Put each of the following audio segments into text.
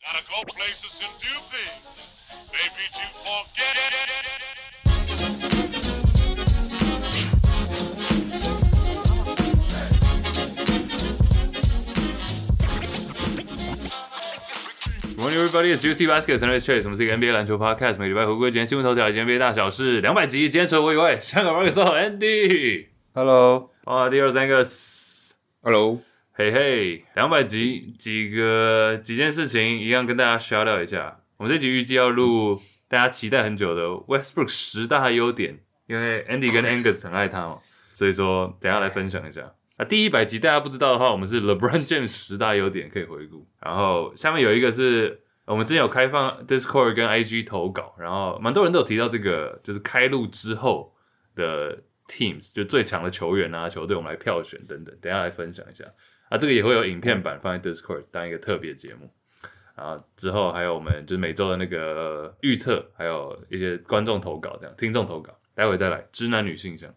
Gotta go places and do things. Maybe to forget it. Morning, everybody. It's UC Vasquez and Ice Trace. 我们是一个 NBA 篮球 podcast，每个礼拜回归今天新闻头条以及 NBA 大小事两百集。今天除了我以外，香港 r o c k s t a Andy，哇，第二三个， Hello，Hello，嘿嘿，两百集，几个几件事情一样跟大家 shout out 一下。我们这集预计要录大家期待很久的 Westbrook 十大优点，因为 Andy 跟 Angus 很爱他嘛，所以说等一下来分享一下。啊，第一百集大家不知道的话，我们是 LeBron James 十大优点可以回顾。然后下面有一个是我们之前有开放 Discord 跟 IG 投稿，然后蛮多人都有提到这个，就是开录之后的 teams 就最强的球员啊、球队，我们来票选等等，等一下来分享一下。啊，这个也会有影片版放在 Discord 当一个特别节目。啊，之后还有我们就是每周的那个呃预测，还有一些观众投稿这样，听众投稿，待会再来。直男女性向。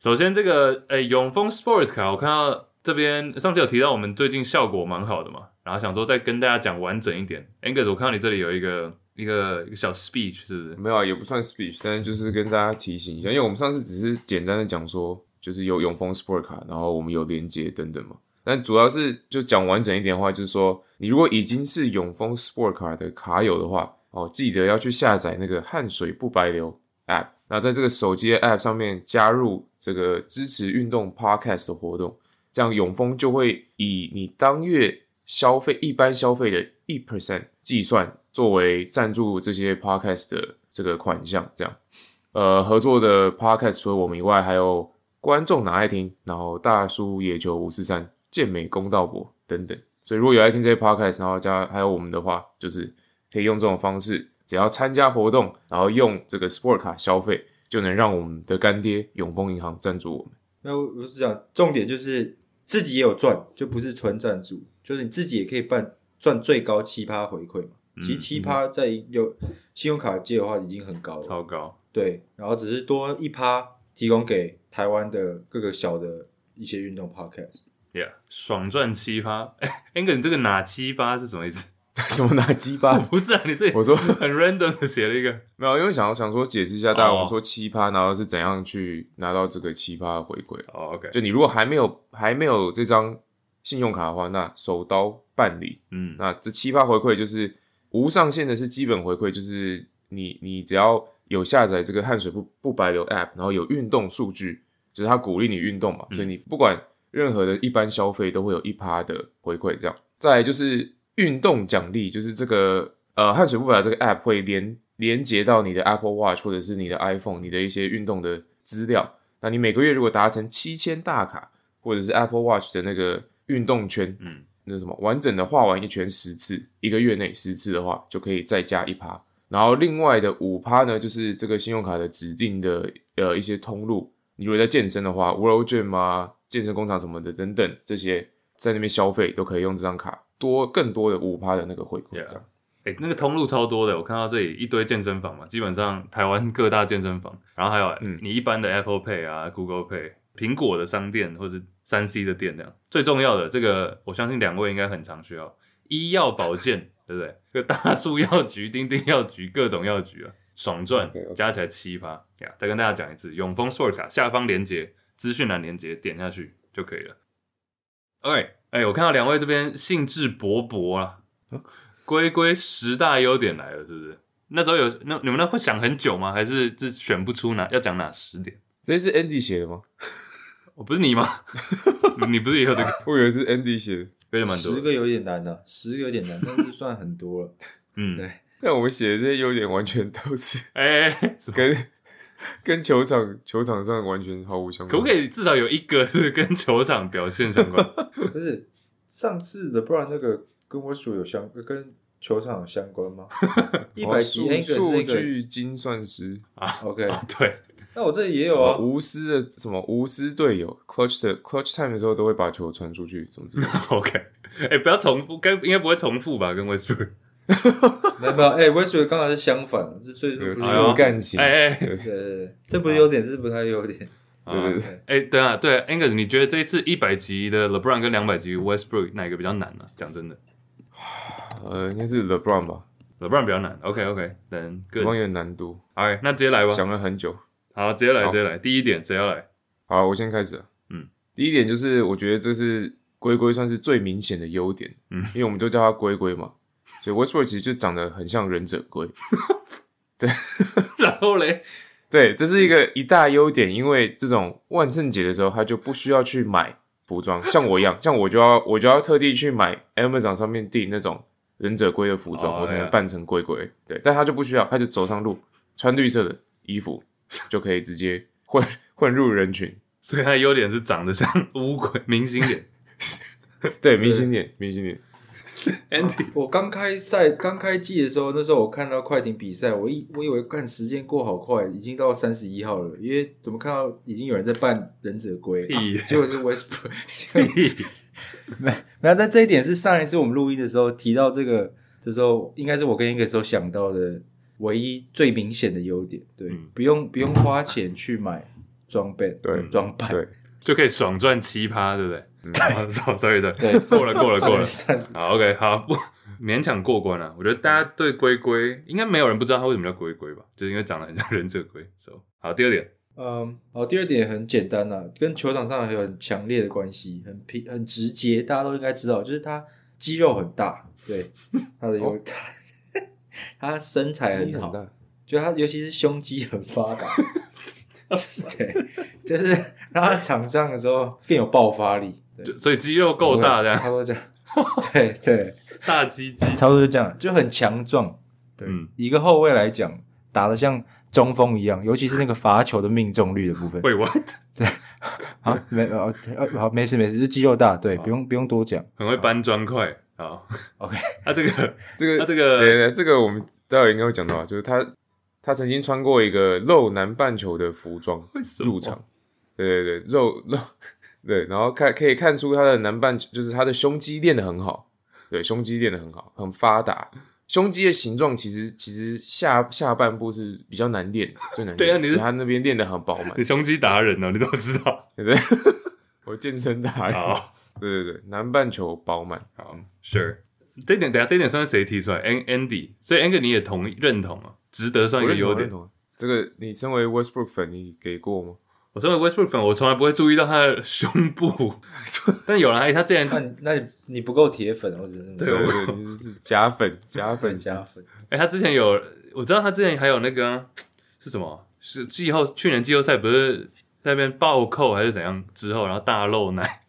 首先，这个诶永丰 Sports 卡，我看到这边上次有提到我们最近效果蛮好的嘛，然后想说再跟大家讲完整一点。Angus，我看到你这里有一个一个一个小 speech，是不是？没有啊，也不算 speech，但是就是跟大家提醒一下，因为我们上次只是简单的讲说，就是有永丰 Sport 卡，然后我们有连接等等嘛。但主要是就讲完整一点的话，就是说，你如果已经是永丰 Sport 卡的卡友的话，哦，记得要去下载那个汗水不白流 app。那在这个手机的 app 上面加入这个支持运动 podcast 的活动，这样永丰就会以你当月消费一般消费的一 percent 计算，作为赞助这些 podcast 的这个款项。这样，呃，合作的 podcast 除了我们以外，还有观众哪爱听，然后大叔野球五四三、健美公道博等等。所以如果有爱听这些 podcast，然后加还有我们的话，就是可以用这种方式，只要参加活动，然后用这个 Sport 卡消费，就能让我们的干爹永丰银行赞助我们。 那我我是讲重点就是自己也有赚，就不是纯赞助，就是你自己也可以办赚最高七趴回馈嘛。其实七趴在有信用卡界的话已经很高了，超高，对，然后只是多一趴提供给台湾的各个小的一些运动 podcast， yeah，爽赚七趴。哎、a n g u s 你这个哪七趴是什么意思？ 什么拿鸡巴？不是啊，你这里我说很 random 的写了一个，没有，因为想要想说解释一下，大家哦我们说奇葩，然后是怎样去拿到这个奇葩的回馈啊？哦，OK、o k 就你如果还没有还没有这张信用卡的话，那手刀办理。嗯，那这奇葩回馈就是无上限的，是基本回馈，就是你你只要有下载这个汗水不不白流 App，然后有运动数据，就是它鼓励你运动嘛，所以你不管任何的一般消费都会有一趴的回馈，这样。再来就是运动奖励，就是这个呃汗水不白流这个 App 会连连接到你的 Apple Watch 或者是你的 iPhone，你的一些运动的资料。那你每个月如果达成七千大卡，或者是 Apple Watch 的那个运动圈，嗯，那什么完整的画完一圈十次，一个月内十次的话，就可以再加一趴。然后另外的五趴呢，就是这个信用卡的指定的呃一些通路，你如果在健身的话，World Gym 啊、健身工厂什么的等等这些，在那边消费都可以用这张卡多更多的五趴的那个回馈。这 Yeah 样哎、那个通路超多的，我看到这里一堆健身房嘛，基本上台湾各大健身房，然后还有嗯你一般的 Apple Pay 啊、Google Pay、苹果的商店或者三 C 的店这样。最重要的这个，我相信两位应该很常需要医药保健，对不对？这个大树药局、丁丁药局、各种药局啊，爽赚 OK，OK 加起来七趴呀！再跟大家讲一次，永丰 Sport 卡下方连接资讯栏连接，点下去就可以了。OK，哎、我看到两位这边兴致勃勃啊。龟龟十大优点来了，是不是？那时候有那你们那会想很久吗？还是是选不出哪要讲哪十点？这是 Andy 写的吗？我、不是你吗？ 你不是也有这个？我以为是 Andy 写的，有点蛮多十的。个有点难的、十个有点难，但是算很多了。 嗯，对但我们写的这些优点完全都 是哎、什么跟跟球场球场上完全毫无相关。可不可以至少有一个是跟球场表现 相关？不是上次的，不然那个跟我所有相跟球场有相关吗？一百集哦那个数是数那个据精算师， OK，啊，对，那我这里也有哦啊。无私的什么无私队友，clutch 的 clutch time 的时候都会把球传出去，什么之类的。 OK，哎、不要重复，该应该不会重复吧？跟 Westbrook，没有没有，哎、我也觉得刚才是相反，这所以说有不哎呦自是干型，哎 哎对对对对，这不是优点，是不太优 点。对对对，哎、等啊，对，Angus，你觉得这一次一百集的 LeBron 跟两百集 Westbrook 哪一个比较难呢、啊？讲真的，呃，应该是 LeBron 吧 LeBron 比较难，OK OK，等各，LeBron 有点难度， ，OK，那直接来吧。想了很久。好，直接来，好直接来。第一点，谁要来？ 好，我先开始。啊嗯，第一点就是我觉得这是龟龟算是最明显的优点，嗯，因为我们都叫它龟龟嘛，所以 Westbrook 其实就长得很像忍者龟。然后嘞，对，这是一个一大优点，因为这种万圣节的时候，他就不需要去买服装，像我一样，像我就要我就要特地去买 Amazon 上面订那种忍者龟的服装哦我才哎呀能扮成龟龟。对，但他就不需要，他就走上路，穿绿色的衣服，就可以直接混混入人群。所以他的优点是长得像乌龟明星 脸对，明星脸，明星脸。 ，Andy。我刚开赛、刚开季的时候，那时候我看到快艇比赛，我一我以为看时间过好快，已经到三十一号了，因为怎么看到已经有人在扮忍者龟，啊屁结果是 Westbrook 结果。没没有，但这一点是上一次我们录音的时候提到这个的时候，应该是我跟 Inga 时候想到的唯一最明显的优点。对，嗯不用不用花钱去买装备，对装扮，对，就可以爽赚七趴，对不对？ 嗯，sorry sorry，对过了过了过了。算是好，OK，好，不勉强过关啊了。我觉得大家对龟龟应该没有人不知道它为什么叫龟龟吧，就是因为长得很像忍者龟。So，好，第二点，嗯，好，第二点很简单啦、跟球场上有很强烈的关系，很平很直接，大家都应该知道，就是他肌肉很大，对，他哦的有、 他他身材肌哎很很好，大，就他尤其是胸肌很 发达，对，就是让他场上的时候更有爆发力，对，就所以肌肉够大，这差样不多这样，对对，大鸡鸡，差不多就这样，就很强壮， 对，嗯，以一个后卫来讲，打得像中锋一样，尤其是那个罚球的命中率的部分，会 what？啊， 没哦，呃好，没事没事，就肌肉大，对，不用不用多讲。很会搬砖块。好 OK 哎他这个这个他这 个对对，这个我们待会应该会讲到啊，就是他他曾经穿过一个露南半球的服装为什么入场，对对对，肉肉对，然后看可以看出他的南半球就是他的胸肌练得很好，对，胸肌练得很好，很发达。胸肌的形状其实其实下下半部是比较难练，最难练。对啊你是所以他那边练得很饱满你，胸肌达人哦，你都知道。对不对？我健身哎达人，好对对对，南半球饱满，好，Sure。这一点等一下这一点算是谁提出来？An Andy，所以 Andy 你也同意认同啊，值得算一我个认同优我认点。同。这个你身为 Westbrook 粉，你给过吗？我身为 Westbrook 粉，我从来不会注意到他的胸 部，但有人哎，他竟然那你那你你不够铁粉，我只能对对我对对，你是假粉，假粉粉，加分。哎、他之前有，我知道他之前还有那个啊、是什么？是季后去年季后赛不是在那边暴扣还是怎样之后，然后大露奶，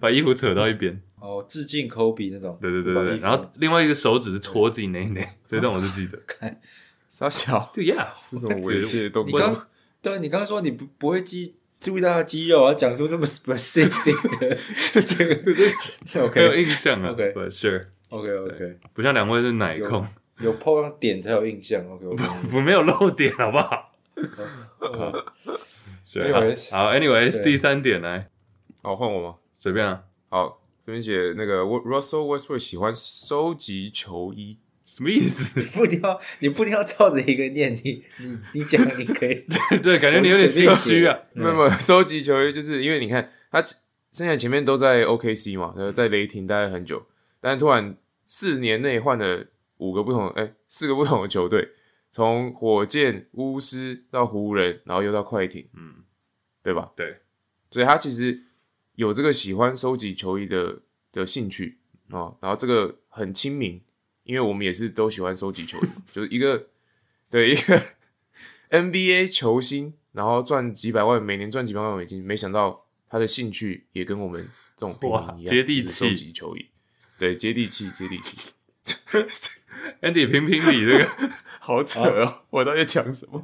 把衣服扯到一边。哦，致敬科比那种。对对对对，对然哦后另外一个手指是戳自己内内，这段我是记得。 傻小，对呀，这种猥亵动你作，刚对，你刚刚说你不不会记注意到他肌肉，然后讲出这么 specific 的这个。 很有 OK 印象啊。 OK But sure， OK OK，不像两位是奶控，有碰到点才有印象。OK OK，我没有漏点，好不好？是啊好 Anyways 好，anyways，对第三点来，好哦换我吗？随便啊，好，这边写那个 Wa- Russell Westbrook 喜欢收集球衣，什么意思？ 不一定要你不一定要照着一个念，你你你讲你可以。对， 感觉你有点心虚啊。嗯没有没有， 收集球衣就是因为你看他生涯前面都在 OKC 嘛，然后在雷霆待了很久，但突然四年内换了五个不同，哎、四个不同的球队，从火箭、巫师到湖人，然后又到快艇，嗯，对吧？对，所以他其实有这个喜欢收集球衣的的兴趣啊、哦然后这个很亲民，因为我们也是都喜欢收集球衣，就是一个对一个 NBA 球星，然后赚几百万，每年赚几百万美金，没想到他的兴趣也跟我们这种平哇民一样，接地就气是收集球衣，对，接地气，接地气， Andy 评评理这个。好扯哦！我到底在讲什么？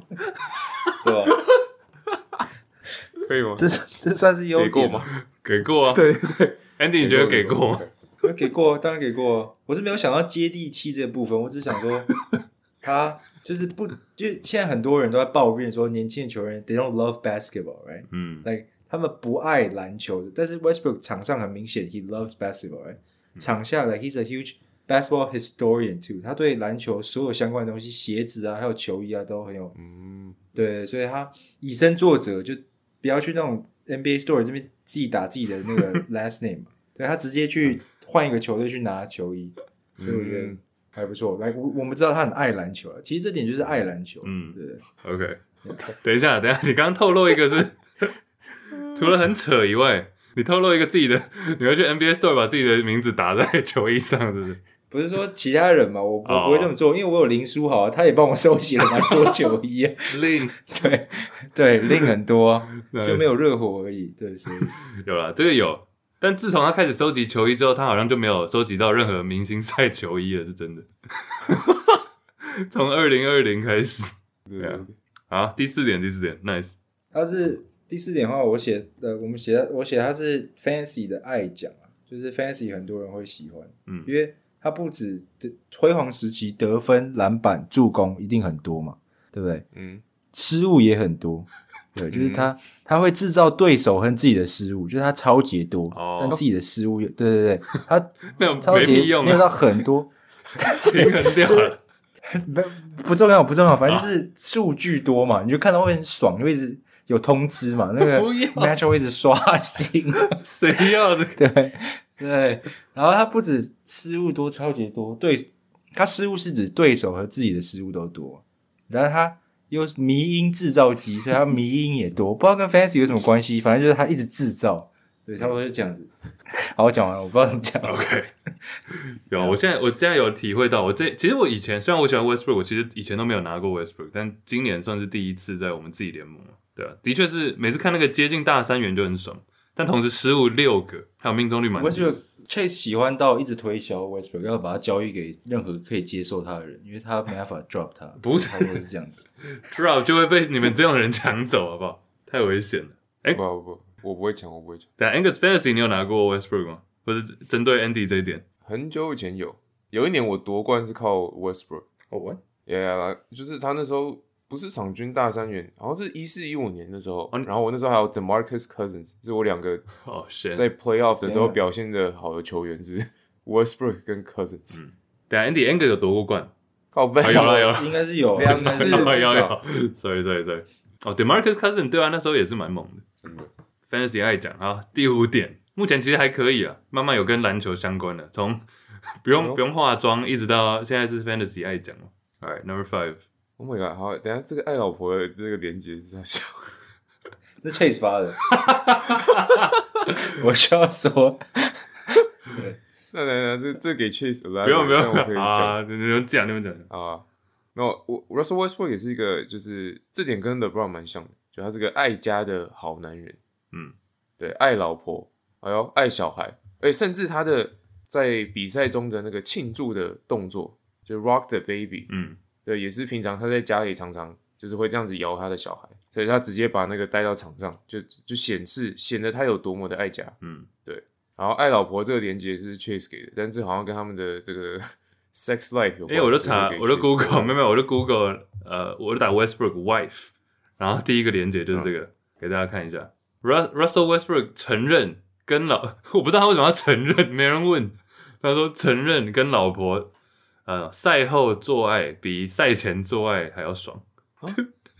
是吧？可以吗？这这算是优给点过吗吗？给过啊。对，Andy，你觉得给过吗？我给过，当然给过。我是没有想到接地气这部分，我只是想说，他就是不，就是现在很多人都在抱怨说，年轻的球员 they don't love basketball，right？嗯 like 他们不爱篮球，但是 Westbrook 场上很明显 he loves basketball，、right? 嗯场下来 he's a huge basketball historian too，他对篮球所有相关的东西，鞋子啊，还有球衣啊，都很有嗯，对，所以他以身作则，就不要去那种 NBA Store 这边自己打自己的 那个 last name，嘛对他直接去换一个球队去拿球衣，所以我觉得嗯还不错。来，我我们知道他很爱篮球啊，其实这点就是爱篮球，嗯对不对。 OK，等一下，等一下，你刚刚透露一个是，除了很扯以外，你透露一个自己的，你会去 NBA Store 把自己的名字打在球衣上，是不是？不是说其他人嘛，我哦我不会这么做，因为我有林书豪，他也帮我收集了蛮多球衣、 啊，令对对，令很多啊、就没有有热火而已。对，所以有了这个有，但自从他开始收集球衣之后，他好像就没有收集到任何明星赛球衣了，是真的。从二零二零开始，对啊好，第四点，第四点，nice，他是第四点的话，我写呃，我们写我写他是 Fancy 的爱奖啊，就是 Fancy 很多人会喜欢，嗯因为他不止得辉煌时期得分、篮板、助攻一定很多嘛，对不对？嗯，失误也很多。嗯对，就是他，他会制造对手和自己的失误，就是他超级多，哦但自己的失误也，对对对，他那超没级屁用没有到啊，很多，平衡掉了。没不重要不重要，反啊正就是数据多嘛，你就看到会很爽，就一直有通知嘛，那个 不要 match 会一直刷 新，谁要的？对对，然后他不止失误多，超级多，对，他失误是指对手和自己的失误都多，然后他又是迷音制造机，所以他迷音也多，不知道跟 Fancy 有什么关系，反正就是他一直制造，对，差不多就这 样子。好，我讲完了，我不知道怎么讲了。 OK，有，啊我现在我现在有体会到，我这其实我以前虽然我喜欢 Westbrook，我其实以前都没有拿过 Westbrook，但今年算是第一次在我们自己联盟了，对啊，的确是每次看那个接近大三元就很爽，但同时失误六个，还有命中率蛮低。 Westbrook Chase 喜欢到一直推销 Westbrook，要把他交易给任何可以接受他的人，因为他没办法 drop 他， 不是差不多是这样子。 drop 就会被你们这种人抢走，好不 好？太危险了。哎、不不不，我不会抢，我不会抢。等下 Angus Fantasy 你有拿过 Westbrook 吗？或是针对 Andy 这一点？很久以前有，有一年我夺冠是靠 Westbrook，哦，喂， yeah, 就是他那时候不是场均大三元，好像是一四一五年的时候，哦你然后我那时候还有 Demarcus Cousins，是我两个哦、天！在 Playoff 的时候天哪表现的好的球员是 Westbrook 跟 Cousins，、嗯等下 Andy Angus 有夺过冠？靠背、哦 有了有了应该是 有两应该 是次有有至有少，sorry sorry sorry。哦、d e m a r c u s Cousin 对啊，那时候也是蛮猛的。Fantasy 爱讲好，第五点，目前其实还可以啊，慢慢有跟篮球相关的，从不用、哦不用化妆，一直到现在是 Fantasy 爱讲哦。Alright, number five， Oh my god！好，等一下这个爱老婆的这个连接是要笑， 是 Chase 发的。我需要说，那那那这这给 Chase 不用不用哎我可以讲啊，你们讲你们讲，好啊。那我我 Russell Westbrook 也是一个，就是这点跟 LeBron 蛮像的，就他是个爱家的好男人。嗯，对，爱老婆，哎呦，爱小孩，哎，甚至他的在比赛中的那个庆祝的动作，就 Rock the Baby，、嗯，对，也是平常他在家里常常就是会这样子摇他的小孩，所以他直接把那个带到场上，就就显示显得他有多么的爱家。嗯，然后爱老婆这个连接是 Chase 给的，但这好像跟他们的这个 sex life 因有关。为我就查这个，给我就 Chase Google，没有没有，我就 Google，呃，我就打 Westbrook wife，然后第一个连接就是这个，给大家看一下。Rus- Russell Westbrook 承认跟老， 我不知道他为什么要承认，没人问。他说承认跟老婆，呃，赛后做爱比赛前做爱还要爽。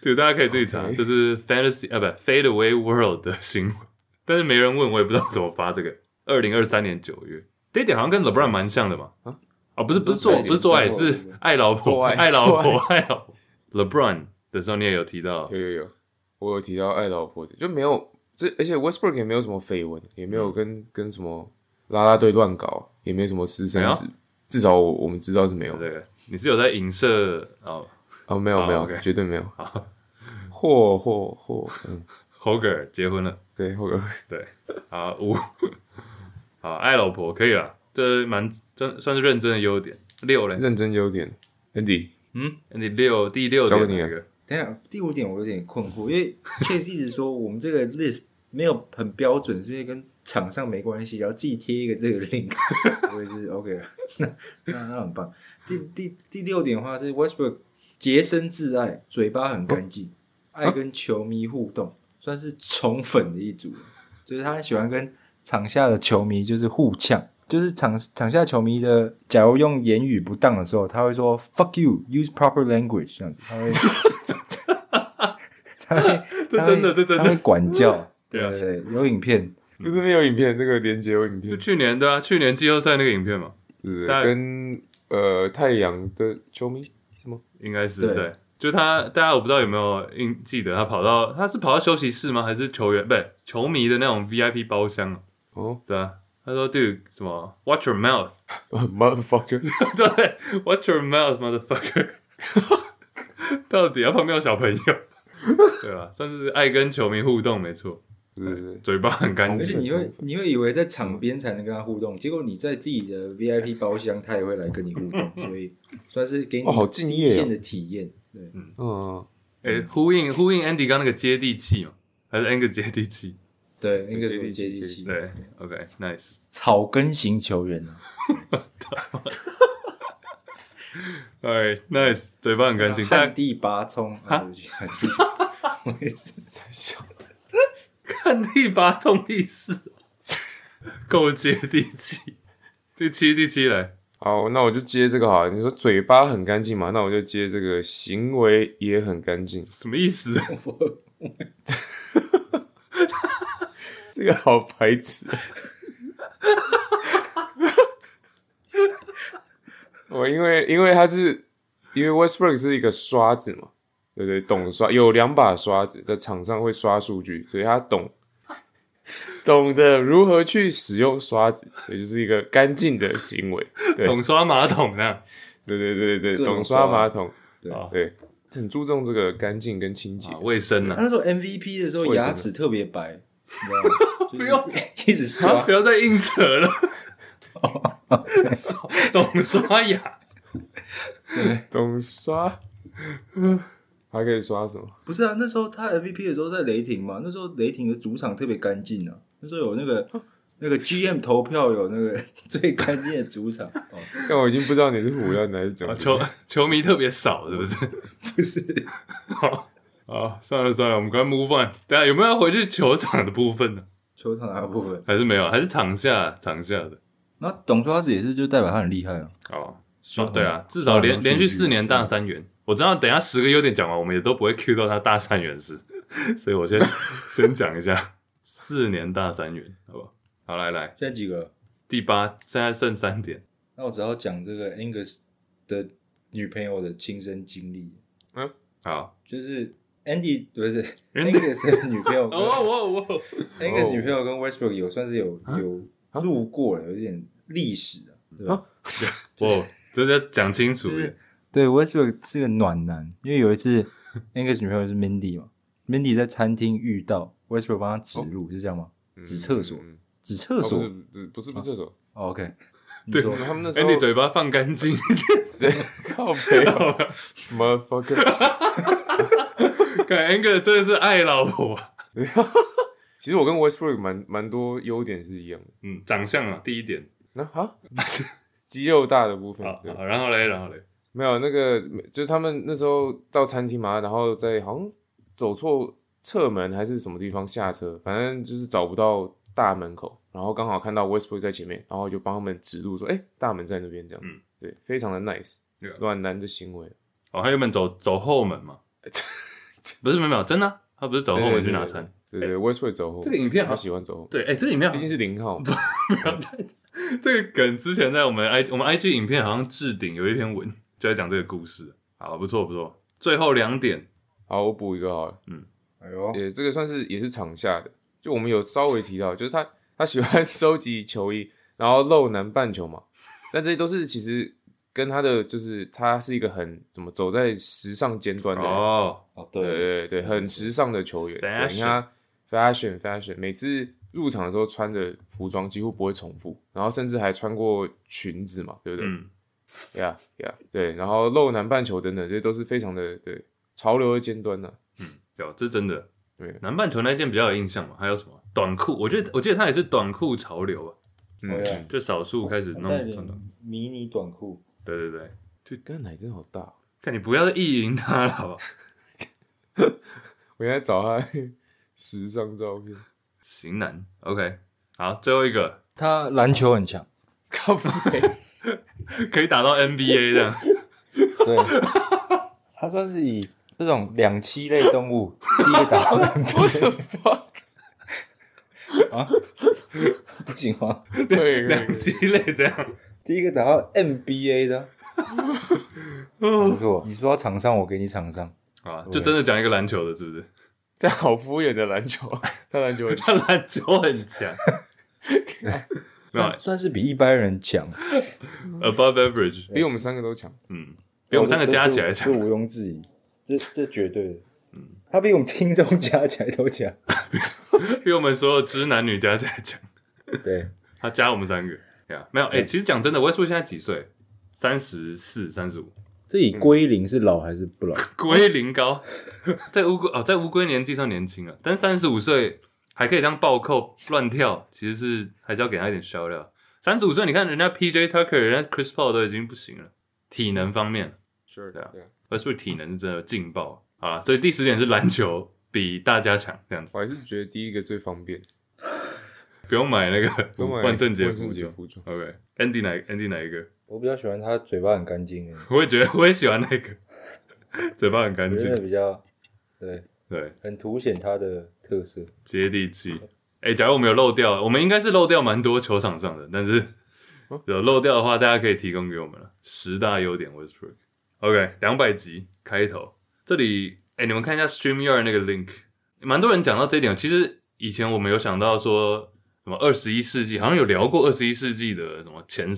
对，大家可以自己查， OK 这是 Fantasy 啊，不 Fade Away World 的新闻，但是没人问，我也不知道怎么发这个。二零二三年九月，这一点好像跟 LeBron 蛮像的嘛。啊啊，不是不是做不是做爱，是爱老婆做爱 爱老婆做爱老婆。LeBron 的时候你也有提到有有有，我有提到爱老婆的，就没有这，而且 Westbrook 也没有什么绯闻，也没有嗯跟、跟什么啦啦队乱搞，也没有什么私生子，没至少我我们知道是没有这个，你是有在影射哦啊，没有、好没有 OK 绝对没有好。嚯嚯嚯，嗯， ，Hoger 结婚了对，后边啊五，好爱老婆可以了，这蛮真算是认真的优点。六嘞， 认真优点，Andy，嗯，你六第六点交给你那了个等一下第五点我有点困惑，因为 Chase 一直说我们这个 list 没有很标准，所以跟场上没关系，然后自己贴一个这个 link，我也是 OK，啊那那那很棒。第第第六点的话是 Westbrook 洁身自爱，嘴巴很干哦净，爱跟球迷互动，算是宠粉的一组，就是他很喜欢跟场下的球迷就是互呛。就是场场下球迷的，假如用言语不当的时候，他会说 “fuck you”，use proper language 这样子，他 会 他会，这真的他这会真的他会管教，对啊对对，有影片，不是没有影片，这个连接有影嗯就片，去年对啊，去年季后赛那个影片嘛，对不对？但跟呃太阳的球迷是吗？应该是对对。就他，大家我不知道有没有印记得，他跑到他是跑到休息室吗？还是球员不是球迷的那种 VIP 包厢啊？哦 对啊，他说 Dude 什么 Watch your mouth， ，motherfucker，对，Watch your mouth, motherfucker！到底啊，旁边有小朋友， 对吧？算是爱跟球迷互动，没错，对对对，嘴巴很干而且净。你会你会以为在场边才能跟他互动，结果你在自己的 VIP 包厢，他也会来跟你互动，所 以算是给你哦好敬业哦第一线的体验。对，嗯，哎、呼应呼应 Andy 刚那个接地气嘛，还是 a n g 接地气？对，那接个什地么气接地气，对，OK，Nice、草根型球员啊， Alright，Nice，嘴巴很干净，旱但地 拔葱啊，对不起旱地我也 是 看第八重意识，够接地气。第七，第七来，好，那我就接这个好了。你说嘴巴很干净嘛？那我就接这个行为也很干净。什么意思？这个好白痴。啊我因为因为他是因为 Westbrook 是一个刷子嘛，对不对？懂刷有两把刷子在场上会刷数据，所以他懂懂得如何去使用刷子，所以就是一个干净的行为。对懂刷马桶呢？对对对对各对，种懂刷刷马桶，对啊对，很注重这个干净跟清洁啊。卫生呢 他？那时候 MVP 的时候为什么牙齿特别白，你知道 吗？就不是用 一直刷啊不，要再硬扯了。哦懂刷牙，懂 刷，还可以刷什么？不是啊，那时候他 MVP 的时候在雷霆嘛，那时候雷霆的主场特别干净啊，那时候有那个那个 GM 投票有那个 最干净的主场，哦，但我已经不知道你是虎烂的还是讲啊球球迷特别少，是不是？不是，啊，算了算了，我们赶快 move on。等下有没有要回去球场的部分呢？球场那部分。还是没有？还是场下场下的？那董刷子也是，就代表他很厉害啊。哦，哦对啊，至少连连续四年大三元。我知道等下十个优点讲完，我们也都不会 cue 到他大三元是，所以我先先讲一下四年大三元，好不好？好，来来，现在几个？第八，现在剩三点，那我只要讲这个 Angus 的女朋友的亲身经历，好，就是 Andy 不是 Andy Angus 的女 朋友哦哦哦，跟 Angus 女朋友跟 Westbrook 有算是有有路过了，有点历史啊，对吧？我这要讲清楚一就点是。对 Westbrook 是个暖男，因为有一次 Angus 女朋友是 Mindy 嘛，Mindy 在餐厅遇到 Westbrook 帮他指路，是这样吗？指厕所，嗯指厕所。哦不是不是不是厕所，哦 OK，你对说他们那时哎，候你嘴巴放干净一 点，对 靠背哦 ，motherfucker。看 Ang 真的是爱老婆啊。其实我跟 Westbrook 蛮蛮多优点是一样的。嗯，长相啊，第一点。那哈，肌肉大的部分好，，对好然后嘞，然后嘞，没有那个，就是他们那时候到餐厅嘛，然后在好像走错侧门还是什么地方下车，反正就是找不到大门口，然后刚好看到 Westbrook 在前面，然后就帮他们指路说，哎、大门在那边这样。嗯，对，非常的 nice，对啊暖男的行为。哦，他原本走走后门嘛，不是，没有，没有，真的啊，他不是走后门去拿餐。哎对对对，Westbrook 走后，这个影片好他喜欢走后，对，哎，这里面好毕竟像是零号嘛。不要再 这个梗，之前在我们 I 我们 IG 影片好像置顶有一篇文，就在讲这个故事。好，不错不错。最后两点，好，我补一个好了，哎呦，也这个算是也是场下的，就我们有稍微提到，就是他他喜欢 收集球衣，然后露男半球嘛，但这些都是其实跟他的就是他是一个很怎么走在时尚尖端的人，哦，哦对对，对对，很时尚的球员，对你看他 fashion fashion，每次入场的时候穿的服装几乎不会重复，然后甚至还穿过裙子嘛，对不对？嗯，呀呀，对，然后露南半球等等，这些都是非常的对潮流的尖端呢、有，这真的。对南半球那件比较有印象嘛，还有什么短裤？我觉得我记得他也是短裤潮流啊，好呀嗯，就少数开始弄带短短点迷你短裤。对对对，对，刚奶真的好大，哦看你不要再意淫他了，好不好？我现在找他 时尚照片，型男，OK，好，最后一个他篮球很强，靠背，可以打到 NBA 这样，对，他算是以这种两栖类动物第一个打到 NBA 啊，不行吗？ 对，两 对栖类这样，第一个拿到 NBA 的，不错。嗯你说要厂商，我给你厂商。啊，就真的讲一个篮球的，是不是？但好敷衍的篮球，啊他篮球 很他篮球很强没有算是比一般人强， above average，比我们三个都强。嗯，比我们三个加起来这强，嗯毋庸置疑，这这绝对的。他比我们听众加起来都强。 比我们所有直男女加起来强，对，他加我们三个呀，没有哎、其实讲真的，我叔现在几岁？三十四、三十五，这以归零是老还是不老？龟苓膏，在乌龟哦，在乌龟年纪算年轻了，但三十五岁还可以这样暴扣乱跳，其实是还是要给他一点销量。三十五岁，你看人家 PJ Tucker，人家 Chris Paul 都已经不行了，体能方面， Sure，对啊对啊，而是不是体能是真的劲爆好了，所以第十点是篮球比大家强，这样子我还是觉得第一个最方便。不用买那个跟我万圣节万服圣节装。服装， OK，Andy、哪一个 Andy 哪一个？我比较喜欢他嘴巴很干净的，我也觉得我也喜欢那个， 嘴巴很干我觉净得，比较对，对，很凸显他的特色。接地气。哎、假如我们有漏掉，我们应该是漏掉蛮多球场上的，但是有漏掉的话，大家可以提供给我们了。十大优点 Westbrook。OK，两百集开头，这里哎、你们看一下 StreamYard 那个 link，蛮多人讲到这一点。其实以前我们有想到说什么二十一世纪，好像有聊过二十一世纪的什么前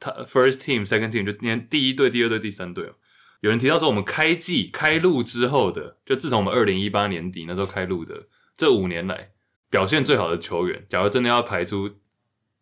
他 first team、second team，就连第一队、第二队、第三队嘛。哦有人提到说，我们开季开录之后的，就自从我们二零一八年底那时候开录的这五年来表现最好的球员，假如真的要排出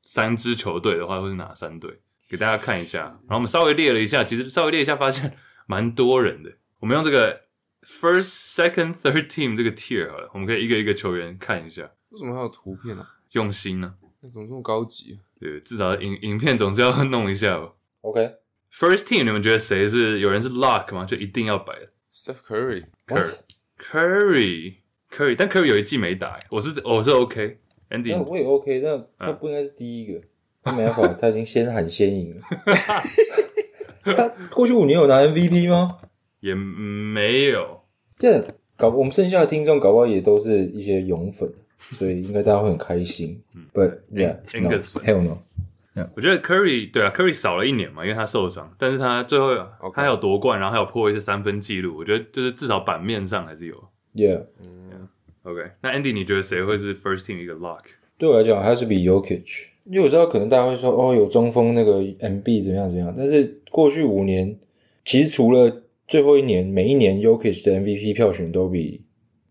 三支球队的话，会是哪三队？给大家看一下。然后我们稍微列了一下，其实稍微列一下，发现蛮多人的。我们用这个 first、second、third team 这个 tier 好了，我们可以一个一个球员看一下，为什么还有图片啊？用心呢、那怎么这么高级啊？对，至少影影片总是要弄一下吧。 OK， First team，你们觉得谁是有人是 lock 吗？就一定要摆的 Steph Curry， Curry Curry Curry，但 Curry 有一季没打、欸我是我是 OK。Andy，哦那我也 OK，那他不应该是第一个，那没办法，他已经先喊先赢了。他过去五年有拿 MVP 吗？也没有。这搞我们剩下的听众搞不好也都是一些勇粉，所以应该大家会很开心。But yeah, no, Angus hell no。我觉得 Curry 对啊，Curry 少了一年嘛，因为他受伤，但是他最后 OK 他还有夺冠，然后还有破一次三分记录，我觉得就是至少版面上还是有。 Yeah， OK，那 Andy，你觉得谁会是 First team 一个 lock？对我来讲，他是比 Yokich，因为我知道可能大家会说哦，有中锋那个 MB 怎么样怎么样，但是过去五年，其实除了最后一年，每一年 Yokich 的 MVP 票选都比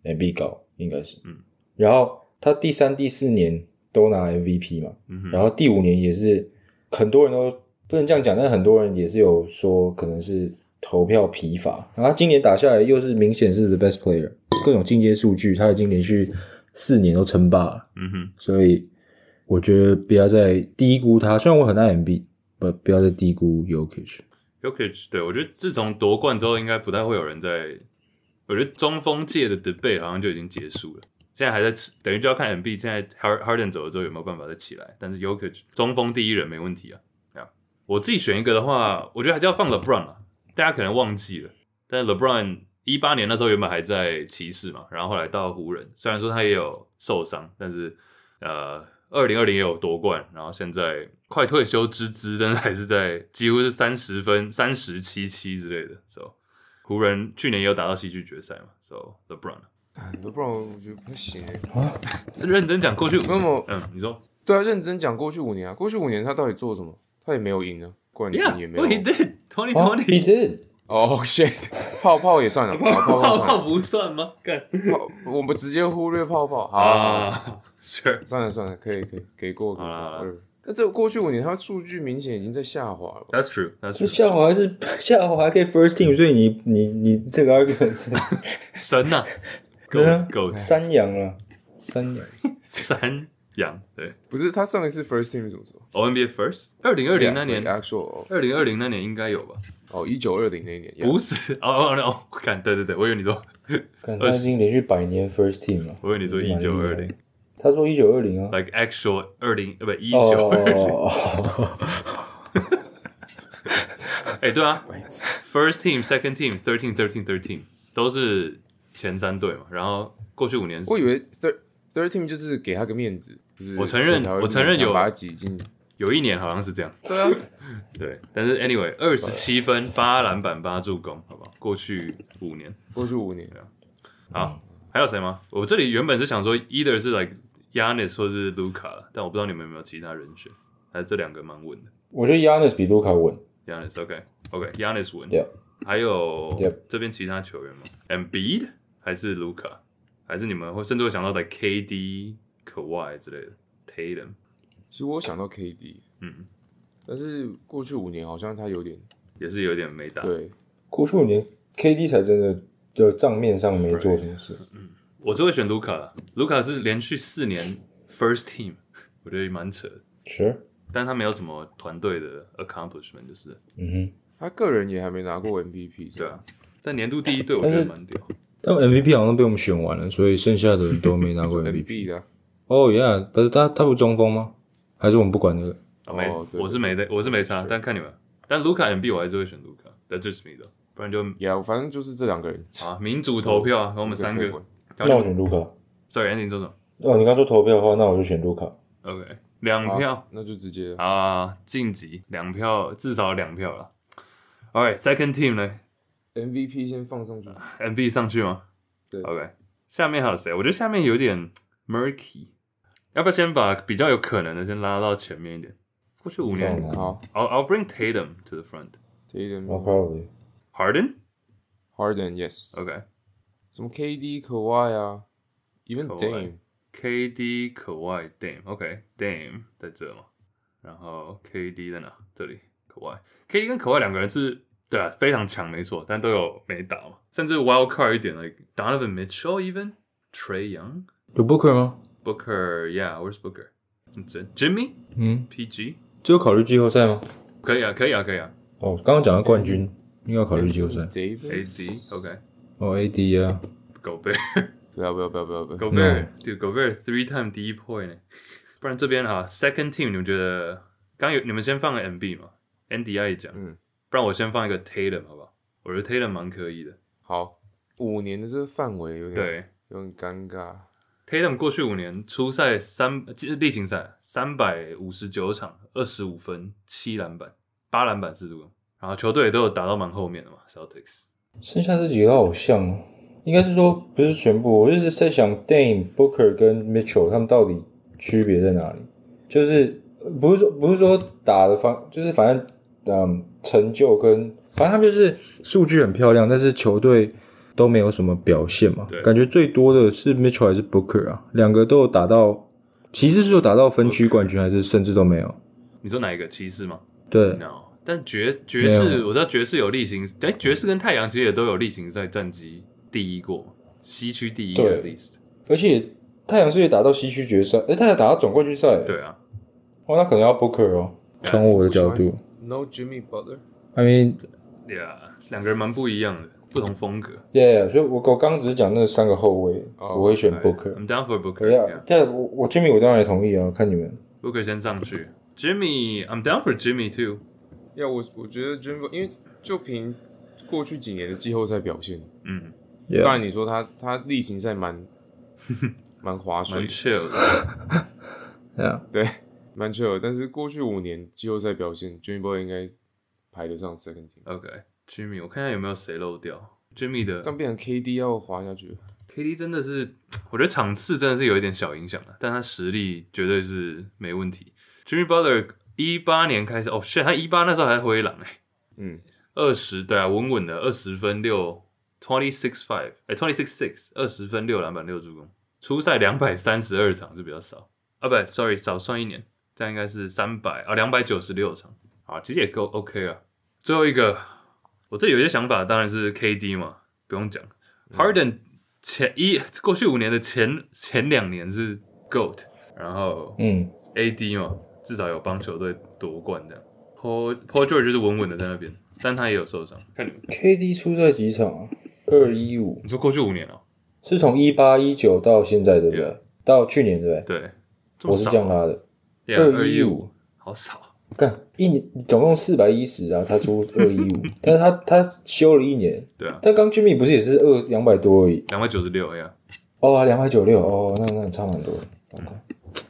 MB 高，应该是，嗯，然后他第三、第四年都拿 MVP 嘛，嗯哼，然后第五年也是很多人都不能这样讲，但是很多人也是有说可能是投票疲乏。然后他今年打下来又是明显是 the best player，各种进阶数据他已经连续四年都称霸了，嗯哼，所以我觉得不要再低估他。虽然我很爱 MB，不不要再低估 Yokich。 y o k i c 对我觉得自从夺冠之后，应该不太会有人在。我觉得中锋界的 debate 好像就已经结束了，现在还在吃，等于就要看 MB 现在 Har- Harden 走了之后有没有办法再起来。但是 y o k i c 中锋第一人没问题啊。对啊，我自己选一个的话，我觉得还是要放 LeBron 啊。大家可能忘记了，但是 LeBron 一八年那时候原本还在骑士嘛，然后后来到湖人，虽然说他也有受伤，但是呃，二零二零也有夺冠，然后现在快退休之姿，但是还是在几乎是三十分、三十七七之类的。So 湖人去年也有打到西区决赛嘛，So LeBron 哎都不然我觉得不太行哎。认真讲过去，那么嗯，你说对啊，认真讲过去五年啊，过去五年他到底做什么？他也没有赢啊，冠军也没有。 ，Yeah，what he did twenty 哦 twenty， did，哦，shit，泡 泡 也算了，好泡泡泡算了泡不算吗？干泡，我们直接忽略泡泡。好好，好啊，Sure，算了算了，可以可以给过给好了好过了。那这过去五年，他数据明显已经在下滑了吧。 that's true，that's 就 true，下滑还是下滑还可以 first team，所以你你你这个 argument 是神 呐对嗯啊，Goat Goat 山羊了，山羊。三羊，对不是他上一次 first team 是什么时候？ ，O N B A first，二零二零那年 Yeah，不是 actual 二零二零那年应该有吧？哦，一九二零那一年。不是，哦哦哦哦，我看，对对对，我以为你说，看他已经连续百年 first team 了。我以为你说一九二零他说一九二零啊。 ，like actual 二零，呃不，一哦九二零，哦， 哎，对啊，first team、second team、thirteen、thirteen、thirteen 都是前三队嘛，然后过去五年，我以为 third third team 就是给他个面子，就是我承认才会我承认有勉强把他挤进有一年好像是这样，对啊，对。但是 anyway，二十七分、八篮板、八助攻，好不好？过去五年，过去五年，好，还有谁吗？我这里原本是想说，either 是 like Yanis 或是 Luca，但我不知道你们有没有其他人选，还是这两个蛮稳的。我觉得 Yanis 比卢卡稳， Yanis OK OK Yanis 稳 Yep 还有 Yep 这边其他球员吗？Embiid 还是 Luca 还是你们会甚至会想到的 KD、Kawhi 之类的 Tatum 其实我想到 KD，嗯，但是过去五年好像他有点也是有点没打。对，啊过去五年 KD 才真的就账面上没做什么事，我是会选 Luca Luca 是连续四年 First Team，我觉得蛮扯的，是，但他没有什么团队的 accomplishment，就是嗯哼。他个人也还没拿过 MVP，对啊。但年度第一队我觉但得是蛮屌，但 MVP 好像被我们选完了，所以剩下的人都没拿 过 MVP。 ，MVP 的啊，哦、yeah，但是他他不是中锋吗？还是我们不管那个？啊没哦对我是没的，我是没差，但看你们。但 Luca Embiid 我还是会选 Luca，That's just me 的，不然就呀，反正就是这两个人，啊，民主投票啊，我们三可以个滚。那我选卢卡。 Sorry，安迪周总哦，你刚说投票的话，那我就选卢卡。 ，OK，两好票那就直接啊，晋级两票，至少两票了。Alright，second team 呢 MVP 先放上去， ？MB 上去吗？对，OK，下面还有谁？我觉得下面有点 murky，要不要先把比较有可能的先拉到前面一点？过去五年嗯好，I'll I'll bring Tatum to the front。 No ，Tatum、哦 probably。 Harden，OK，、 Harden yes，什么 KD、可 a 啊，Even Kawhi Dame， KD、可外、Dame，OK，Dame 在这嘛，然后 KD 在哪？这里，可外，KD 跟可外两个人是，对啊，非常强，没错，但都有没打嘛，甚至 Wild Card 一点，like Donovan Mitchell，even，Trey Young，Booker，yeah，where's 有 Booker 吗？ Booker？这 Jimmy 嗯， PG 只有考虑季后赛吗？可以啊，可以啊，可以啊哦，刚刚讲到冠军，应该要考虑季后赛。 Davis， ，AD，OK，哦，AD 啊，狗贝尔，不要不要不要不要不狗要，贝尔，对，狗贝尔 three time 第一 point 呢， 不然这边哈 second team 你们觉得，刚有你们先放了 MB 嘛，NDI 也讲。嗯，不然我先放一个 Tatum 好不好？我觉得 Tatum 蛮可以的。好，五年的这个范围有点对有点尴尬， ，Tatum 过去五年初赛三即例行赛三百五十九场，二十五分，七篮板，八篮板自助攻，然后球队也都有打到蛮后面的嘛，Celtics。剩下这几个好像哦，应该是说不是全部，我就是在想 Dame、Booker 跟 Mitchell 他们到底区别在哪里？就是呃不是说不是说打的方，就是反正嗯成就跟反正他们就是数据很漂亮，但是球队都没有什么表现嘛对。感觉最多的是 Mitchell 还是 Booker 啊？两个都有打到，其实是有打到分区冠军，还是甚至都没有？你说哪一个骑士吗对， ？No，但爵爵士没有我知道爵士有例行，哎，爵士跟太阳其实也都有例行赛战绩第一过，西区第一对 at least。而且太阳是也打到西区决赛，诶，太阳打到总冠军赛，对啊，哦，那可能要 Booker 哦。从我的角度，No Jimmy Butler， ，I mean，呀，两个人蛮不一样的，不同风格。 yeah，所以我我刚刚只是讲那三个后卫，哦我会选 Alright， Booker。 I'm down for 我 Booker 要 yeah。但我我 Jimmy 我当然也同意啊，看你们。 Booker 先上去，Jimmy，I'm down for Jimmy too。呀，我我觉得 Jimmy，因为就凭过去几年的季后赛表现，嗯，当 Yeah，然你说他他例行 赛蛮蛮划水蛮的， chill 的。 yeah，对，蛮 chill 的。但是过去五年季后赛表现，Jimmy Butler 应该排得上 second team。 OK，Jimmy，、我看看有没有谁漏掉。Jimmy 的这样变成 KD 要滑下去了， KD 真的是，我觉得场次真的是有一点小影响的，但他实力绝对是没问题。Jimmy Butler 一八年开始，哦，shit，他一八那时候还灰狼哎、嗯，二十对啊，稳稳的二十分六，twenty six five，哎，twenty six six，二十分六篮板六助攻，初赛两百三十二场是比较少啊，不，sorry，少算一年，这样应该是三百啊，两百九十六场啊，其实也够 OK 啊。最后一个，我这有些想法当然是 KD 嘛，不用讲，Harden 前一过去五年的前前两年是 GOAT，然后嗯， AD 嘛，至少有帮球队夺冠这样。Paul Paul George 就是稳稳的在那边，但他也有受伤。看你们， KD 出赛几场啊？二一五，你说过去五年哦、是从一八一九到现在对不 Yeah 对？到去年对不对？对，这么我是少这样拉的，啊二一215五，好少。干一年总共四百一十啊，他出二一五，但是他他休了一年，对啊，但刚 Jimmy 不是也是二两百多而已，两百九十六呀。哦，两百九六，哦，那那差蛮多的。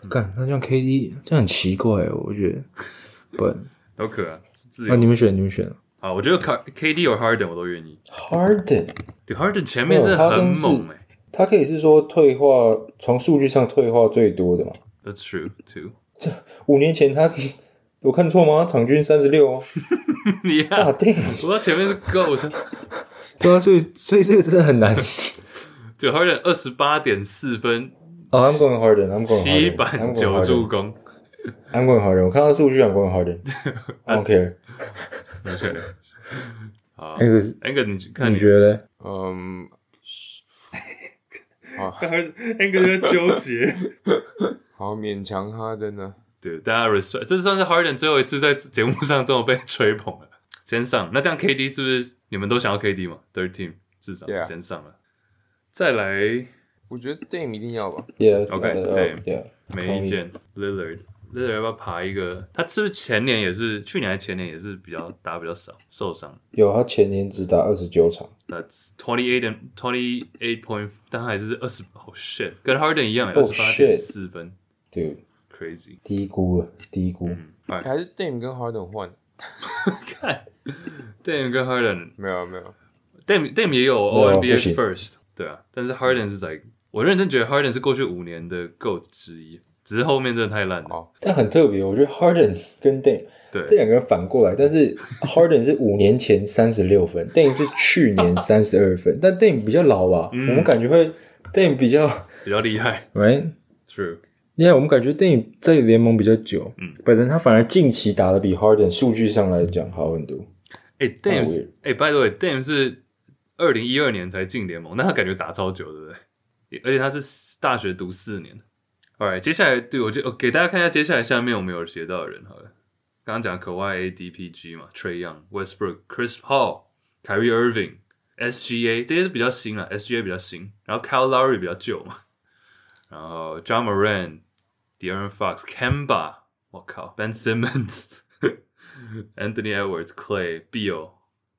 干，那像 KD 这样很奇怪，哦我觉得。不，都可啊，自自啊，你由们选，你们选。啊，我觉得 K K D 或 Harden 我都愿意。 Harden，对 Harden 前面真的哦很，Harden 是猛哎、他可以是说退化，从数据上退化最多的嘛？ t h a t s true too 五年前他，我看错吗？场均三十六哦。啊， yeah。对，我说前面是 Goat，对啊，所以所以这个真的很难。 对 Harden 二十八点四分，哦、i m going Harden，I'm going 七 Harden，板九助攻， ，I'm going Harden。我看到数据，I'm going Harden。OK，没错。好那个，Ang，你看哎你你觉得嘞？嗯， ，Ang 在纠结。好勉强哈登啊呢、 对，大家 respect，这算是 Harden 最后一次在节目上这么被吹捧了。 先上，那这样 KD 是不是你们都想要 KD 嘛？Third team 至少 Yeah 先上了，再来我觉得 Dame 一定要吧。 Yes. OK，呃对，Yeah. 没意见。Lillard Lillard 要不要爬一个？他是不是前年也是，去年还前年也是比较打比较少，受伤。有，他前年只打二十九场， That's twenty eight and twenty eight point，但他还是二十，哦 shit，跟 Harden 一样，二 Oh 十八点 shit 四分对， ，crazy。低估了，低估。嗯，哎，还是 Dame 跟 Harden 换？看 Dame 跟 Harden 没有啊没有， Dame Dame 也有没有 O N B 不 A 行 first，对啊，但是 Harden 是在，我认真觉得 Harden 是过去五年的 GOAT 之一，只是后面真的太烂了。哦但很特别，我觉得 Harden 跟 Dame 对这两个人反过来，但是 Harden 是五年前三十六分，Dame 是去年三十二分，但 Dame 比较老吧，嗯我们感觉会 Dame 比较比较厉害 right， ，True，因为我们感觉 Dame 在联盟比较久，嗯，本人他反而近期打的比 Harden 数据上来讲好很多，哎太，Dame， weird 是哎，by the way，Dame 是二零一二年才进联盟，那他感觉打超久，对不对？而且他是大学读四年。Alright，接下来对我就我给大家看一下，接下来下面我们有写到的人好了，刚刚讲可外 A D P G 嘛，Trey Young、Westbrook、Chris Paul、Kyrie Irving、S G A 这些是比较新啊，S G A 比较新，然后 Kyle Lowry 比较旧嘛，然后 John Moran、De'Aaron Fox、Kemba，我靠，Ben Simmons、Anthony Edwards、Clay、Beal、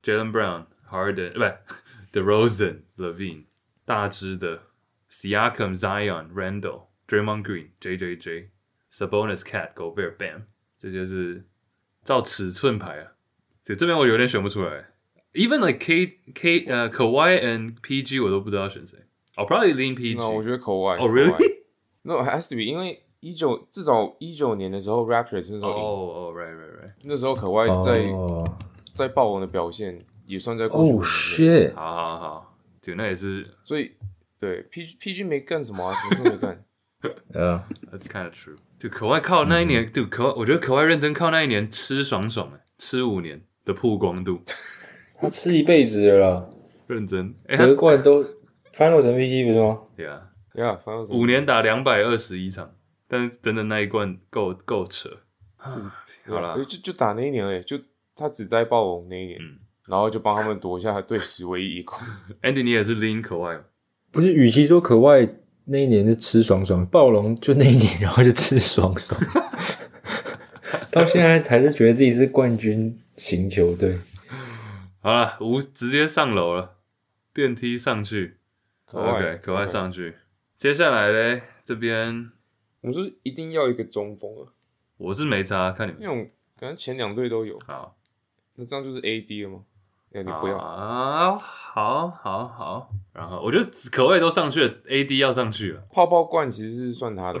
Jalen Brown、Harden，不，DeRozan、Levine，大只的 Siakam、Zion、Randall、Draymond Green、JJJ、Sabonis、Cat、Gobert、Bam，这些是照尺寸排啊。这这边我有点选不出来，even like K K 呃 Kawhi and PG 我都不知道选谁。I'll probably lean PG。那我觉得口外。哦，really？ No, it has to be，因为一九至少一九年的时候，Raptors 那时候赢、哦哦，right right right，那时候口外在、哦在暴龙的表现也算在过去五年哦内 shit，好好好，对，那也是所以对 P P G 没干什么啊，什么事没 干。呃， That's kind of true。对，可外靠那一嗯年，对、可外，我觉得可外认真靠那一年吃爽爽哎、吃五年的曝光度，他吃一辈子了啦，认真哎、得冠都 Finals MVP 不是吗？对啊，呀、yeah,，反正什么五年打两百二十一场，但是等等那一冠够够扯。啊好啦就就打那一年而已，就他只在暴龙那一年，嗯然后就帮他们夺下队史唯一 一冠。 ，Andy 你也是 lean 可外吗，不是，与其说可外那一年就吃爽爽，暴龙就那一年，然后就吃爽 爽，到现在还是觉得自己是冠军型球队。好了，无直接上楼了，电梯上去可外，OK，可外 OK 上去。接下来嘞，这边我们说一定要一个中锋啊，我是没差，看你那们种感觉前两队都有，好。那这样就是 A D 了吗？哎、你不要，啊，好好好。然后我觉得可外都上去了，AD 要上去了。 泡泡罐其实是算他的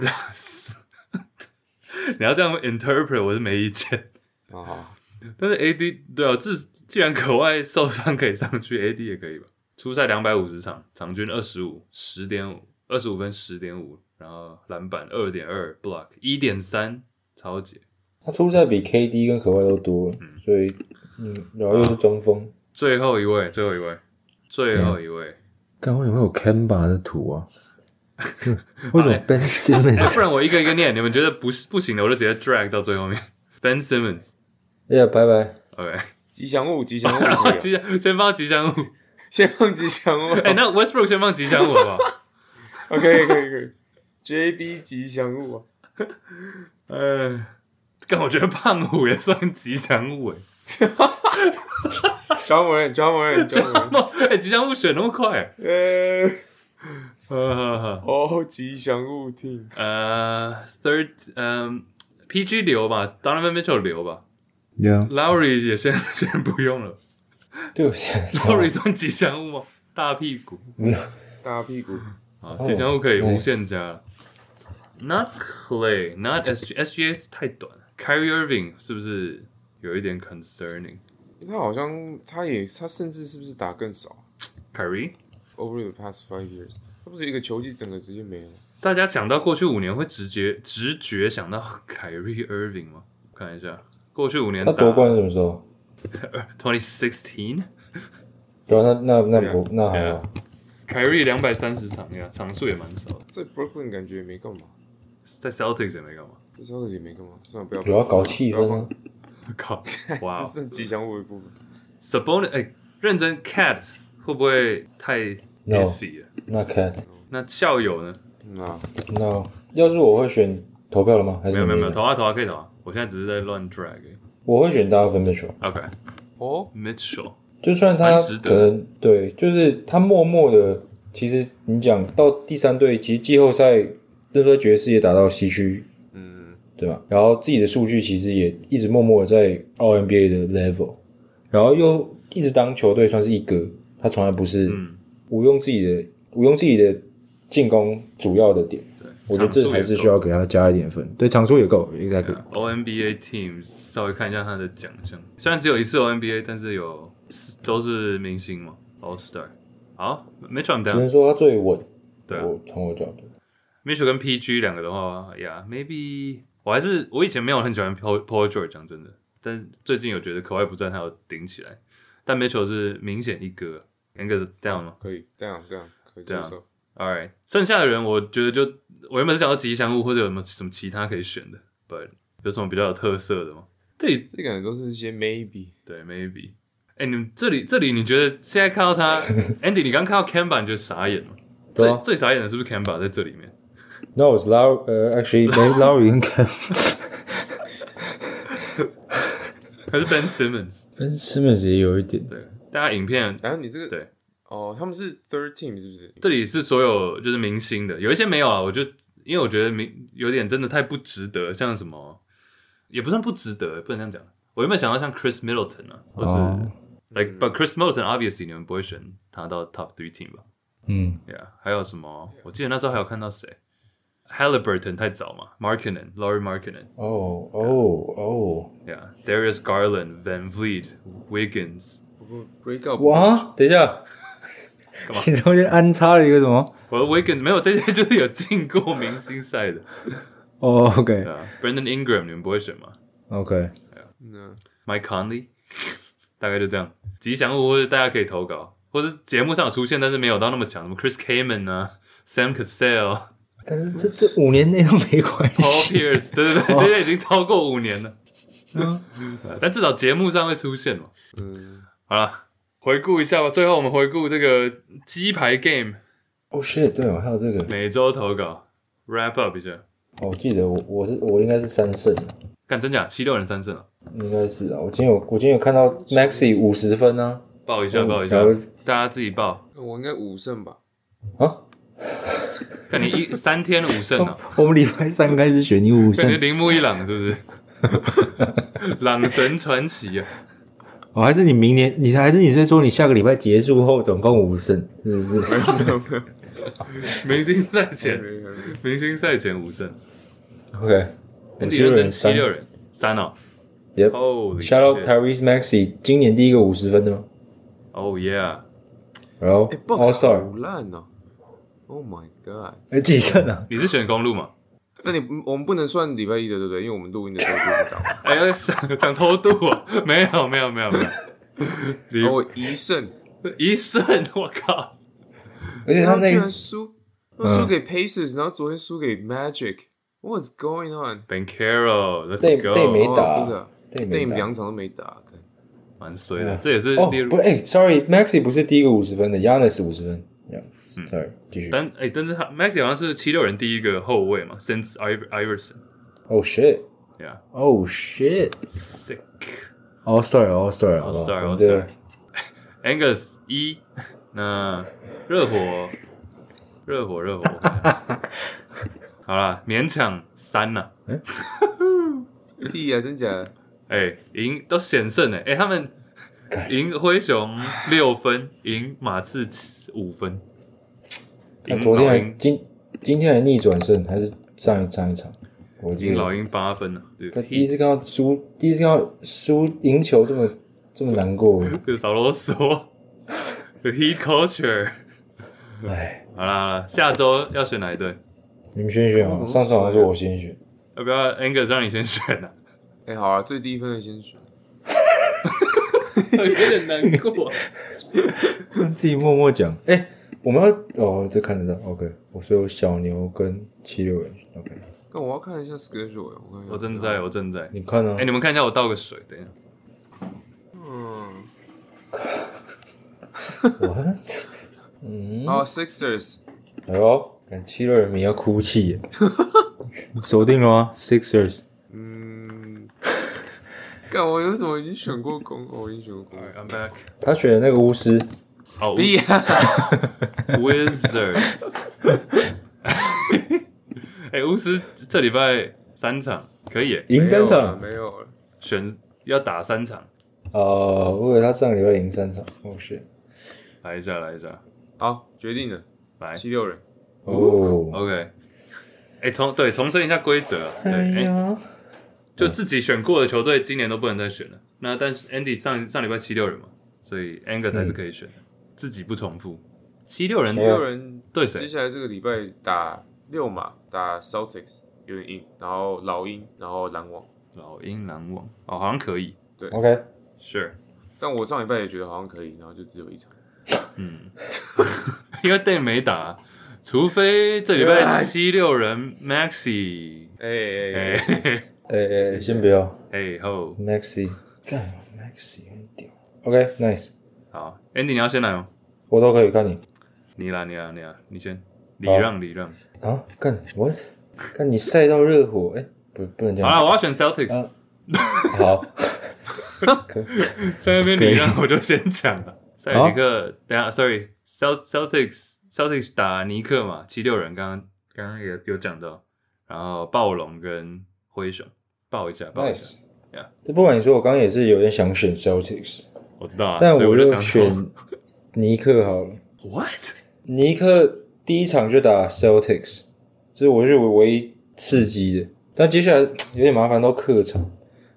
你要这样 interpret，我是没意见。啊好。但是 AD 对啊，至既然可外受伤可以上去，AD 也可以吧？初赛两百五十场，场均二十五十点五，二十五分十点五，然后篮板二点二，block 一点三，超级。他出赛比 KD 跟可外都多，所以嗯，然后又是中锋。最后一位，最后一位，最后一位。但为什么有 Kemba 的图 啊？为什么 Ben 哎、不 Simmons？然我一个一个念，你们觉得不是不行的，我就直接 drag 到最后面。Ben Simmons，OK、，哎呀，拜拜！吉祥物，吉祥物对吉祥先放吉祥物，先放吉祥物。哎、那 Westbrook 先放吉祥物好不好？ OK，可以可以。JB 吉祥物啊，呃，但我觉得胖虎也算吉祥物哎、 张某人，张某人，张某人，哎、吉祥物选那么快、 呃，呵呵呵哦，吉祥物 team，呃，third，嗯、p g 留吧，Donovan Mitchell 留吧 Yeah， ，Lowry 也先先不用了对我现在 ，Lowry 算吉祥物吗？大屁股，嗯大屁股，啊，哦吉祥物可以无限加了。Not Clay，Not SG SGA 太短了。Kyrie Irving 是不是有一点 concerning？Kyrie 他好像他也他甚至是不是打更少？Over the past five years，他不是一个球季整个直接没了。大家讲到过去五年，会直觉直觉想到 Kyrie Irving 吗？我看一下，过去五年他夺冠是什么时候？ ，Twenty Sixteen，对啊，那那那不那还好， Kyrie 两百三十场呀，场数也蛮少的，在 Brooklyn 感觉也没干嘛，在 Celtics 也没干嘛。在 Celtics 也没干嘛，算了，不要主要搞气氛啊。靠，哇、这哦是吉祥物的一部分。 Sabonis，哎、认真 Cat 会不会太 No iffy 了那 Cat 那校友呢？那那要是我会选投票了吗？还是没有没有你没有，投啊投啊可以投啊，我现在只是在乱 drag 而已。我会选 Donovan Mitchell， OK，Mitchell，、哦，就算他蛮值得可能对，就是他默默的，其实你讲到第三队，其实季后赛那时候爵士也打到西区，嗯，对吧？然后自己的数据其实也一直默默的在 All NBA 的 level，然后又一直当球队算是一哥，他从来不是嗯，我用自己的我用自己的进攻主要的点，对，我觉得这还是需要给他加一点分，对，场数也够，exactly。 O N B A team 稍微看一下他的奖项，虽然只有一次 O N B A，但是有四都是明星嘛，All Star。好，Mitchell 只能 down，说他最稳，对啊我从我角度， ，Mitchell 跟 P G 两个的话，Yeah，maybe 我还是我以前没有很喜欢 Paul Paul George，讲真的，但是最近有觉得可外不在，他有顶起来，但 Mitchell 是明显一哥，Angus down 吗？可以这样这样可以接这样受。 All right，剩下的人我觉得就我原本是想要吉祥物或者有没有什么其他可以选的，but 有什么比较有特色的吗？这里这感觉都是一些 maybe，对 maybe，哎、你们这里这里你觉得现在看到 他 Andy，你刚看到 Canva 你觉得傻眼吗？对最啊最傻眼的是不是 Canva 在这里面？ No, it's Lau. Uh, actually, maybe Lowry 应该还是 Ben Simmons？ Ben Simmons 也有一点。对，大家影片然后你这个对哦，他们是 third team 是不是？这里是所有就是明星的，有一些没有啊，我就因为我觉得明有点真的太不值得，像什么也不算不值得，不能这样讲。我原本想要像 Chris Middleton 啊，或是、哦 like but Chris Middleton obviously 你们不会选他到 top three team 吧嗯， ？Yeah，还有什么？我记得那时候还有看到谁，Halliburton 太早嘛，Markinen、Laurie Markinen、哦哦哦， Yeah、Darius Garland、Van Vliet、Wiggins，不过 break up 哇，等一下嘛， 你中间安插了一个什么？我的 Wiggins 没有这些就是有进过明星赛的， 哦对啊，Brandon Ingram 你们不会选吗？ ，OK，OK，那 Mike Conley，大概就这样。吉祥物或者大家可以投稿，或者节目上有出现但是没有到那么强，什么 Chris Kaman 啊、Sam Cassell、但是这这五年内都没关 Paul 系。 Pierce，对对对，这些已经超过五年了，嗯但至少节目上会出现嘛。嗯，好了，回顾一下吧。最后我们回顾这个鸡排 Game 哦 shit，对哦，还有这个，每周投稿，wrap up 一下。哦我记得我我是我应该是三胜，干真假？七六人三胜啊！应该是啊。我今天有我今天有看到 Maxi 五十分呢、报一下，嗯报一下然后，大家自己报。那我应该五胜吧？ 啊，啊，看你 一三天五胜啊！我们礼拜三开始选你五感觉哦胜，铃木一朗是不是？ 朗神传奇啊！哦，还是你明年，你还是你在说你下个礼拜结束后总共五胜，是不是？明星赛没前，没没明星赛前五胜， OK，我很七几六认真人七三。六人三哦 Yep ，Holy Shout out shit Tyrese Maxey，今年第一个五十分的吗？ Oh yeah，然后哎 All ，Box Star，好烂哦！Oh my god！哎，几胜 啊？你是选公路嘛？那你我们不能算礼拜一的，对不对？因为我们录音的时候就是 早。哎呀，想想偷渡啊？没有没有没有没 有，然后哦你我一胜，一胜，我靠！而且然他嗯后居那然输，他输给 Pacers，然后昨天输给 Magic。What's going on？ Ben Carroll，Let's 对对 go，没哦打不是啊，对对，没打两场都没打。看蛮衰的，啊这也是哦列，入不，。哎，Sorry，Maxey 不是第一个五十分的，Yanis 五十分。Yeah，Sorry，继续。嗯但哎、但是他 Maxi 好像是七六人第一个后卫嘛，since Iver- Iverson，yeah，sick。 Oh shit，Oh shit，All Star，All Star，All All Star，All 对 Star，Angus 一，那热火热火，热火。 好啦，勉强三了、屁啊，真假的？哎、赢都险胜哎、哎、他们干赢灰熊六分，赢马刺七五分，那赢哎昨老天还鹰今今天还逆转胜，还是上一上一场？我记赢老得鹰八分了、啊，对，他第一次看到输，第一次看到输赢球这么这么难 过，就少啰嗦。The Heat Culture，哎，好啦好啦，下周要选哪一队？你们选一选啊！上次好像是我先选，要不要 Angus 让你先选呢、哎、好啊，最低分的先选。啊？有点难过。 自己默默讲。 哎、我们要哦，这看得到。OK，我说有小牛跟七六人。OK，但我要看一下 schedule 哎、我看一下。 我正在，我正在。你看啊哎、，你们看一下，我倒个水，等一下。嗯，我 嗯，啊，Sixers，哎呦，看七六人迷要哭泣耶， 锁定了吗？Sixers，嗯，干，我有什么已经选过公？哦，我已经选过公。 Alright, I'm back. 他选的那个巫师，哦、屁啊！ Wizards。哎、巫师这礼拜三场可以耶赢三场。没有了，选，要打三场，哦，我以为他上个礼拜赢三场，哦是，来一下，来一下，好，决定了，来七六人。哦， ，OK。哎、重对重申一下规则啊，对，哎、呀，就自己选过的球队今年都不能再选了。那但是 Andy 上上礼拜七六人嘛，所以 Anger 才是可以选的，自己不重复。嗯七六人七六人对接谁？下来这个礼拜打六马，打 Celtics 有点硬，然后老鹰，然后篮网。老鹰、篮网，哦，好像可以 OK， ，Sure。但我上礼拜也觉得好像可以，然后就只有一场。嗯， 因为 d a 没打，啊除非这礼拜七六人 Maxi，哎哎哎，哎哎哎，先不要哎吼， ，Maxi，干，Maxi 很屌，OK，Nice，好，Andy 你要先来吗？我都可以看你你来，你来，你来，你先，礼好让，礼让。啊，干我，干你赛到热火，哎，不不能这好样，了，我要选 Celtics，啊 好，在那边礼让我就先讲 了。塞尔提克，等一下，sorry，Celt Celtics Celtics 打尼克嘛，七六人刚刚刚刚也有讲到，然后暴龙跟灰熊爆一下，爆一下 Nice， Yeah 这不管你说，我刚刚也是有点想选 Celtics，我知道啊，但所以我就就想说选尼克好了。 what？尼克第一场就打 Celtics，这是我认为唯一刺激的。但接下来有点麻烦，到客场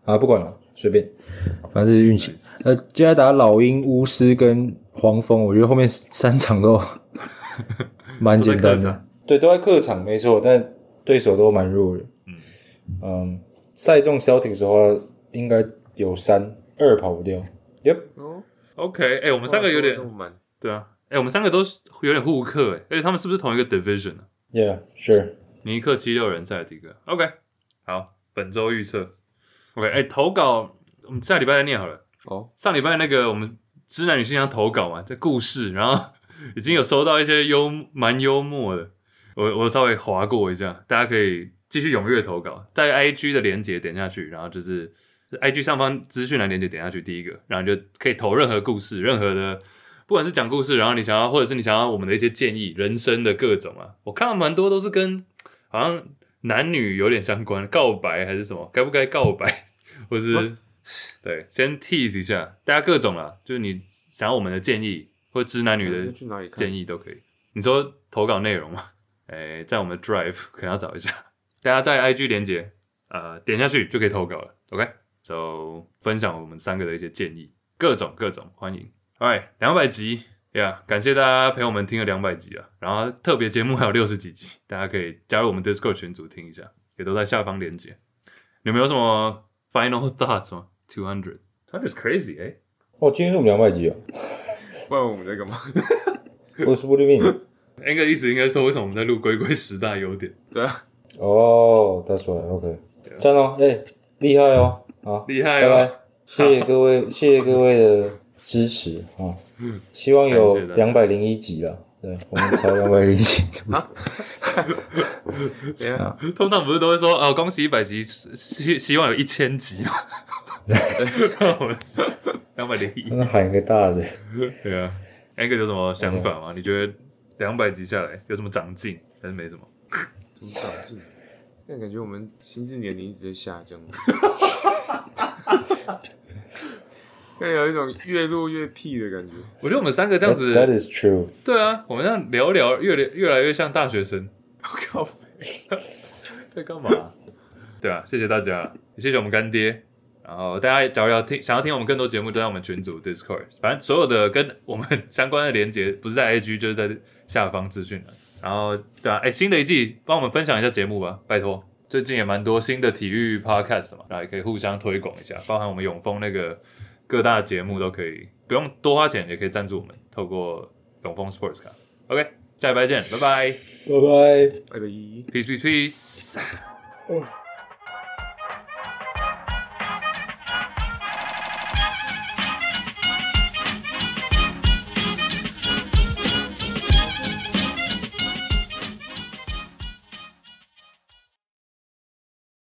啊，不管了，随便，反正是运气。呃，接下来打老鹰、巫师跟黄蜂，我觉得后面三场 都蛮简单都在客的场。对，都在客场，没错，但对手都蛮弱的。嗯嗯，赛中 Celtics 的话，应该有三二跑不掉。Yep，哦， OK，哎、我我们三个有点这么满，对啊，哎、我们三个都是有点互克、哎，而且他们是不是同一个 division 啊？ Yeah，sure。尼克七六人，塞尔提克。OK，好，本周预测。OK，哎、投稿我们下礼拜再念好了。哦，上礼拜那个我们直男女性要投稿嘛，这故事，然后 已经有收到一些幽蛮幽默的，我我稍微划过一下，大家可以继续踊跃投稿，在 IG 的连接点下去，然后就是是 IG 上方资讯栏连接点下去，第一个，然后你就可以投任何故事，任何的。不管是讲故事，然后你想要，或者是你想要我们的一些建议，人生的各种啊，我看到蛮多都是跟好像男女有点相关，告白还是什么，该不该告白， 或是对，先 tease 一下，大家各种啦，就是你想要我们的建议，或直男女那的去哪里看？建议都可以。你说投稿内容吗？ 哎，在我们的 Drive 可能要找一下，大家在 IG 连接呃点下去就可以投稿了。OK，so, 分享我们三个的一些建议，各种各种欢迎。哎，两百集呀感谢大家陪我们听了两百集啊，然后特别节目还有六十几集，大家可以加入我们 Discord 群组听一下，也都在下方连接。你们有什么 final thoughts 吗？Two hundred, that is crazy 哎、哦，今天是我们两百集啊！不然我们在干嘛？ 我是 What do you mean？那个意思应该说，为什么我们在录《龟龟十大优点》？对啊，哦、t h a t s why. OK，赞哦，哎、厉害哦，好，厉害拜哦！拜，谢谢各位，谢谢各位的支持啊、希望有嗯感谢大家两百零一集了，对我们才两百零 一集，等一下，通常不是都会说，哦，恭喜一百集，希希望有一千集 嘛。两百零一，那喊一个大的，哎对啊。Angus 有什么想法吗？你觉得两百集下来有什么长进？还是没什么？怎么长进？但感觉我们心智年龄一直在下 降，但有一种越录越屁的感觉。我觉得我们三个这样 That- That 子， is true。对啊，我们这样聊聊，越来越来越像大学生。我靠！ 在干嘛？对啊，谢谢大家，也谢谢我们干爹。然后大家假如要听想要听我们更多节目，都在我们群组 Discord。反正所有的跟我们相关的连接，不是 在 IG 就是在下方资讯栏。然后对啊，哎，新的一季帮我们分享一下节目吧，拜托。最近也蛮多新的体育 podcast 嘛，然后也可以互相推广一下，包含我们永丰那个各大节目都可以，不用多花钱也可以赞助我们，透过永丰 Sports 卡。OK，下礼拜见，拜拜拜拜。拜拜。 ，peace peace peace。哦